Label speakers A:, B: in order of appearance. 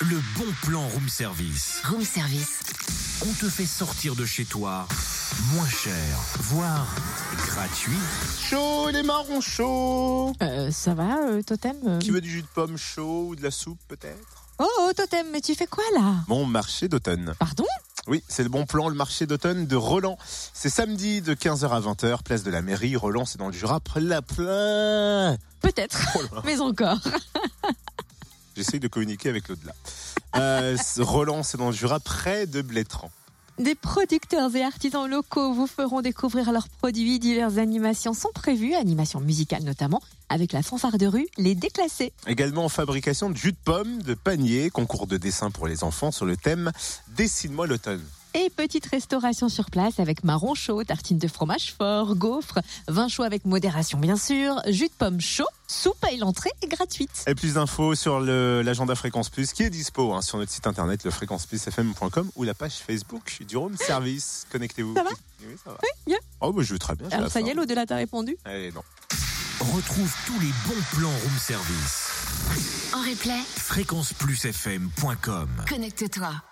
A: Le bon plan room service.
B: Room service.
A: On te fait sortir de chez toi moins cher, voire gratuit.
C: Chaud, les marrons chauds
D: Euh, ça va, euh, Totem euh
C: Qui veut du jus de pomme chaud ou de la soupe peut-être
D: Oh, oh, Totem, mais tu fais quoi là
C: Mon marché d'automne.
D: Pardon
C: Oui, c'est le bon plan, le marché d'automne de Roland. C'est samedi de 15h à 20h, place de la mairie. Roland, c'est dans le Jura, près de la pla-
D: Peut-être,
C: Oh là là.
D: mais encore.
C: J'essaye de communiquer avec l'au-delà. Euh, c'est- Roland, c'est dans le Jura, près de Blétran.
D: Des producteurs et artisans locaux vous feront découvrir leurs produits. Diverses animations sont prévues, animations musicales notamment, avec la fanfare de rue Les Déclassés.
C: Également en fabrication de jus de pomme, de panier, concours de dessin pour les enfants sur le thème Dessine-moi l'automne.
D: Et petite restauration sur place avec marron chaud, tartines de fromage fort, gaufres, vin chaud avec modération bien sûr, jus de pomme chaud, soupe et l'entrée est gratuite.
C: Et plus d'infos sur le- l'agenda Fréquence Plus qui est dispo hein, sur notre site internet lefréquenceplusfm.com ou la page Facebook du Room Service. Connectez-vous.
D: Ça va
C: Oui, ça va.
D: bien.
C: Oh, bah, je vais très bien. j'ai
D: Alors
C: la
D: ça y est,
C: forme.
D: l'au-delà t'a répondu
C: Allez, non.
A: Retrouve tous les bons plans room service.
B: En replay,
A: fréquenceplusfm.com
B: connecte-toi.